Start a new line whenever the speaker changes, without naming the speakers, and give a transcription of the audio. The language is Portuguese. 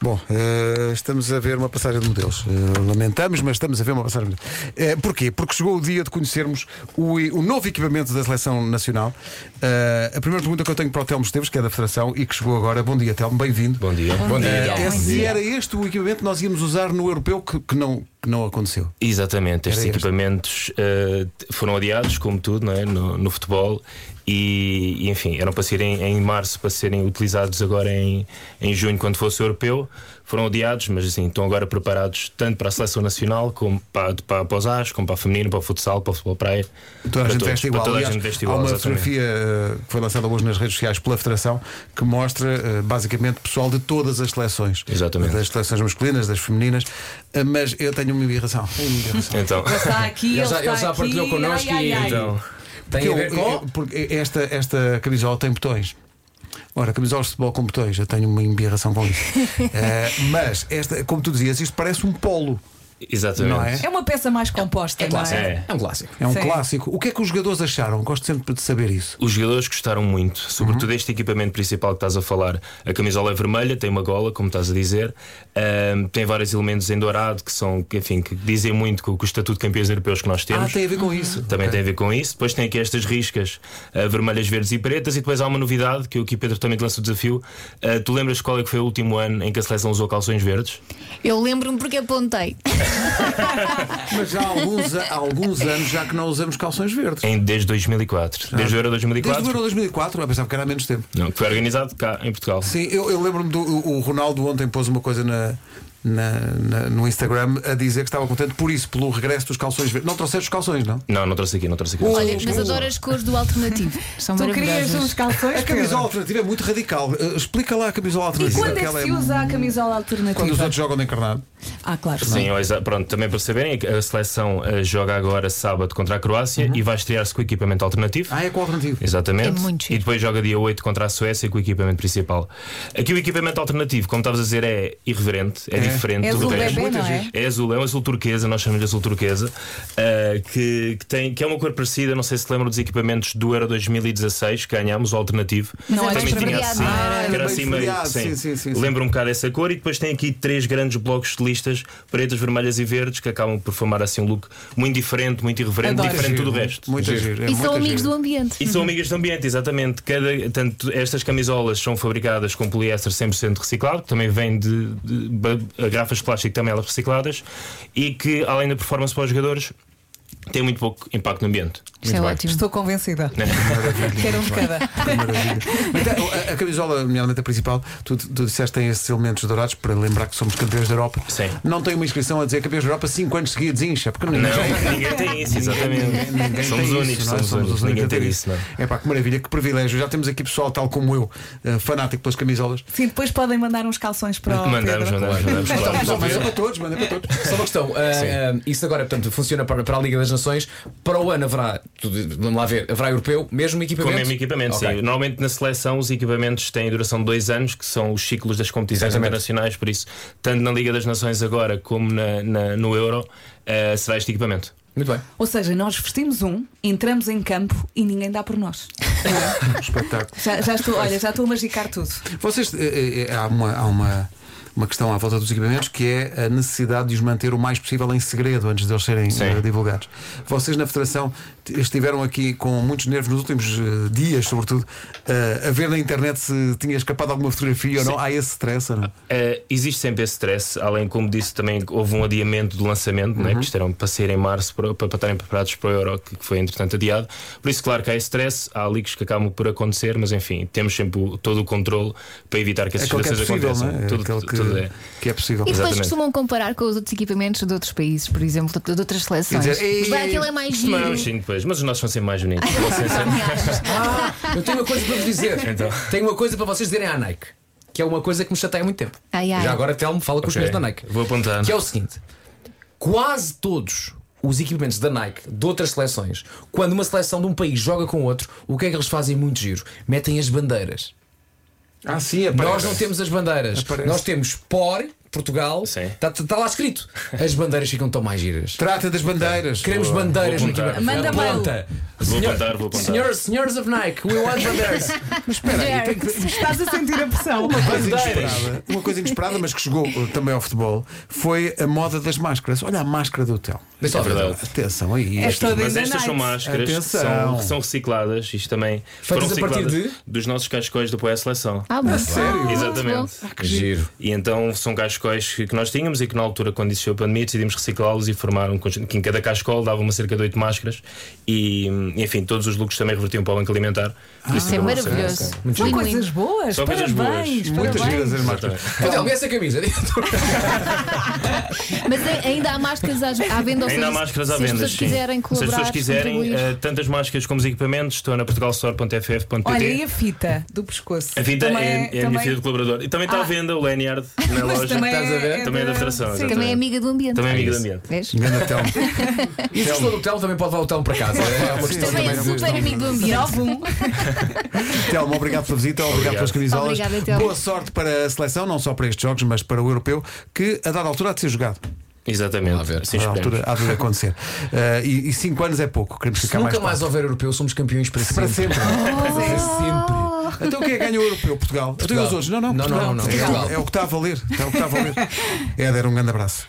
Bom, eh, estamos a ver uma passagem de modelos. Eh, lamentamos, mas estamos a ver uma passagem de modelos. Eh, porquê? Porque chegou o dia de conhecermos o, e- o novo equipamento da Seleção Nacional. Eh, a primeira pergunta que eu tenho para o Telmo Esteves, que é da Federação e que chegou agora. Bom dia, Telmo, bem-vindo.
Bom dia.
Bom dia,
Eh,
Telmo.
é,
Bom
se
dia.
era este o equipamento que nós íamos usar no europeu que, que não, que não aconteceu.
Exatamente, estes
Era este.
equipamentos eh, t- foram adiados, como tudo, não é? no, no futebol. E, e, enfim, eram para serem em março, para serem utilizados agora em, em junho, quando fosse o europeu. Foram adiados, mas assim, estão agora preparados tanto para a seleção nacional, como para, para, para os AS, como para a feminina, para o futsal, para o futebol praia.
Toda a gente
para todos,
veste
para
igual.
toda a
Aliás,
gente veste igual,
há uma
exatamente.
fotografia eh, que foi lançada hoje nas redes sociais pela Federação que mostra eh, basicamente pessoal de todas as seleções.
Exatamente.
Das seleções masculinas, das femininas. Eh, Mas eu tenho uma irritação. Uma irritação.
Então,
Ele está aqui, ele,
Ele já,
está
ele já
aqui.
partilhou connosco
ai,
e
ai, ai.
então,
tem a
Eu-
ver
eu-
com.
porque esta, esta camisola tem botões. Ora, camisolas de futebol com botões, eu tenho uma embirração com isso. Eh, mas, esta, como tu dizias, isto parece um polo,
exatamente.
não é?
É uma peça mais composta, não
Clássico.
é?
é?
É um clássico.
É um
Sim.
clássico. O que é que os jogadores acharam? Gosto sempre de saber isso.
Os jogadores gostaram muito, sobretudo
Uhum.
este equipamento principal que estás a falar. A camisola é vermelha, tem uma gola, como estás a dizer, ahm, tem vários elementos em dourado que são, que, enfim, que dizem muito com o estatuto de campeões europeus que nós
Ah,
temos.
tem a ver com isso.
Também
Ok.
tem a ver com isso. Depois tem aqui estas riscas ah, vermelhas, verdes e pretas. E depois há uma novidade que eu aqui, Pedro, também te lanço o desafio. Ah, tu lembras qual é que foi o último ano em que a seleção usou calções verdes?
Eu lembro-me porque apontei.
Mas já há alguns, há alguns anos já que não usamos calções verdes.
Em, desde 2004. Desde o Euro 2004.
Ah. Desde o Euro 2004, eu pensava que era há menos tempo.
Não, que foi organizado cá em Portugal.
Sim, eu, eu lembro-me do o o Ronaldo ontem pôs uma coisa na, na- na- no Instagram a dizer que estava contente por isso, pelo regresso dos calções verdes. Não trouxeste os calções, não?
Não, não trouxe aqui, não trouxe aqui.
Olha,
Olha, mas adoro as cores do alternativo. São
Tu querias
maravilhosas.
uns calções?
A
Pedro?
camisola alternativa é muito radical. Uh, explica lá a camisola
E
alternativa.
quando é
ela
que se usa a camisola alternativa?
Quando os outros jogam de encarnado.
Ah, claro.
Sim, ó, exa- pronto, também para saberem, a seleção eh, joga agora sábado contra a Croácia e vai estrear-se com o equipamento alternativo.
Ah, é com a alternativa.
Exatamente.
É muito giro.
e depois joga dia 8 contra a Suécia com o equipamento principal. Aqui o equipamento alternativo, como estavas a dizer, é irreverente, é, diferente
É
do
azul
resto.
bebê, não é?
É azul, é um azul turquesa, nós chamamos de azul turquesa, eh, que, que tem, que é uma cor parecida, não sei se lembram dos equipamentos do Euro 2016 que ganhámos, o alternativo.
Mas
Não,
é
era
Também
mais
tinha
esfriado,
assim,
não
variado.
Ah,
que
era?
Era
era
bem
assim meio.
esfriado, sim, sim, sim, sim.
Lembra um bocado essa cor e depois tem aqui três grandes blocos de listas, pretas, vermelhas e verdes, que acabam por formar assim um look muito diferente, muito irreverente,
Adoro.
É diferente de tudo o resto.
Muito giro. é
E são
muito
amigos
giro.
do ambiente.
E são amigas do ambiente, exatamente. Cada, tanto, estas camisolas são fabricadas com poliéster 100% reciclado, que também vem de, de, ba- garrafas de plástico também elas recicladas, e que, além da performance para os jogadores, tem muito pouco impacto no ambiente.
Isto é
Muito bem.
ótimo.
Estou convencida. Quero um de cada.
Maravilha. Então, a, a camisola, nomeadamente a principal, tu, tu disseste que tem esses elementos dourados para lembrar que somos campeões da Europa.
Sim.
Não tem uma inscrição a dizer campeões da Europa 5 anos seguidos, incha, porque ninguém,
Não, ninguém tem isso, exatamente.
ninguém
somos
tem
únicos,
isso, não é? os
somos, únicos.
únicos
Ninguém
a ter
tem isso, não.
É pá, que maravilha, que privilégio. Já temos aqui pessoal tal como eu, eh, fanático pelas camisolas.
Sim, depois podem mandar uns calções para o
Mandamos,
Pedro.
mandamos, mandamos.
Então,
claro.
Só manda para todos, manda para todos.
Só uma questão, ah, ah, isso agora portanto, funciona para, para a Liga das Nações. Para o ano haverá, tudo- vamos lá ver, haverá europeu, mesmo
Com o
equipamento?
mesmo equipamento,
Ok.
sim. Normalmente na seleção os equipamentos têm duração de dois anos, que são os ciclos das competições
Exatamente.
internacionais, por isso, tanto na Liga das Nações agora como na- na- no Euro, eh, será este equipamento.
Muito bem.
Ou seja, nós vestimos um, entramos em campo e ninguém dá por nós.
Espetáculo.
Já, já estou, olha, já estou a magicar tudo.
Vocês, eh, eh, há uma. Há uma... Uma questão à volta dos equipamentos que é a necessidade de os manter o mais possível em segredo antes de eles serem
Sim.
eh, divulgados. Vocês na Federação t- estiveram aqui com muitos nervos nos últimos eh, dias, sobretudo, eh, a ver na internet se tinha escapado alguma fotografia ou não. Há esse stress ou não?
Eh, existe sempre esse stress, além como disse também houve um adiamento do lançamento,
Uhum.
né, que estarão para ser em março para, para estarem preparados para o Euro, que, que foi entretanto adiado. Por isso, claro que há esse stress, há leaks que acabam por acontecer, mas enfim, temos sempre o- todo o controle para evitar que essas
Aquele que é
coisas
possível, não
aconteçam.
é?
Tudo-
Aquele que,
tudo é.
que é possível.
E depois
Exatamente.
costumam comparar com os outros equipamentos de outros países, por exemplo, de outras seleções.
E dizer, "Ei,
Bem, aquilo é mais
Costumamos,
giro. é?
sim, depois, mas os nossos são sempre mais bonitos. Com licença.
Ah, eu tenho uma coisa para vos dizer.
Então.
Tenho uma coisa para vocês dizerem à Nike, que é uma coisa que me chateia há muito tempo.
Ai, ai.
Já agora Telmo fala com os
Ok,
meus da Nike.
Vou apontar.
Que é o seguinte: quase todos os equipamentos da Nike, de outras seleções, quando uma seleção de um país joga com outro, o que é que eles fazem muito giro? Metem as bandeiras.
Ah, sim,
Nós não temos as bandeiras.
Aparece.
Nós temos POR, Portugal,
Sim.
está está lá escrito. As bandeiras ficam tão mais giras.
Trata das É. bandeiras.
Queremos
Boa.
bandeiras
Vou
no
apontar.
equipamento.
Manda mail.
Planta.
Vou apontar, vou apontar.
Senhores, senhores of Nike, we want bandeiras.
Mas espera aí,
é,
tem que-
Estás a sentir a pressão.
Uma coisa,
Bandeiras.
inesperada, uma coisa inesperada, mas que chegou eh, também ao futebol, foi a moda das máscaras. Olha a máscara do hotel.
Mas
É verdade.
Atenção aí.
É
isto.
toda
Mas
in the
estas são
night.
máscaras que
Atenção.
são, que são recicladas, isto também
Feitas a
foram
partir
recicladas
de?
dos nossos cascóis do apoio à seleção.
Ah, bom.
sério?
Ah,
Exatamente.
bom.
Giro.
E então são cascóis que que nós tínhamos e que na altura, quando existiu a pandemia, decidimos reciclá-los e formar um conjunto. Que em cada cascol davam uma cerca de 8 máscaras e, enfim, todos os lucros também revertiam para o banco alimentar. Por
Isso é
acabou sendo-
maravilhoso.
São
Win-win.
coisas boas,
São coisas boas.
parabéns,
Muitas
parabéns.
vezes as
tá.
máscaras.
Então, essa camisa.
Mas a- ainda há máscaras às- à venda ou
Ainda há
seja,
máscaras à
se
venda.
as pessoas
sim.
quiserem
se as
colaborar,
pessoas quiserem,
contribuir.
eh, tantas máscaras como os equipamentos, estou na portugalstore.ff.pt.
Olha, e a fita do pescoço?
A fita
Também-
é, é a minha
também-
fita de colaborador. E também está
Ah.
à venda o Lanyard na
Mas
loja.
também
estás a ver?
é
Também é da Federação,
Sim.
exatamente.
Também é amiga do ambiente.
Também é amiga do ambiente.
Vês?
Grande hotel.
E se gostou do hotel, também pode levar o hotel para casa. É uma questão
Também é
também.
super amigo do ambiente.
Novo um.
Telmo, obrigado pela visita, obrigado,
Obrigado.
pelas camisolas.
Obrigada, Telmo.
Boa sorte para a seleção, não só para estes jogos, mas para o europeu, que a dada altura há de ser jogado.
Exatamente.
Vamos lá ver.
Assim
Ah, A dada
esperemos.
altura há de acontecer. Eh, e, e cinco anos é pouco, queremos
Se
ficar
nunca
mais.
mais houver europeu, somos campeões para
Para
sempre.
sempre.
Oh,
Ah.
Para sempre.
Então quem é que ganha o europeu? Portugal. Portugal. Então, e os outros? Não, não.
Não,
Portugal.
não, não, não.
É, o-
Portugal.
é o que está a valer. É o que está a valer. Éder, um grande abraço.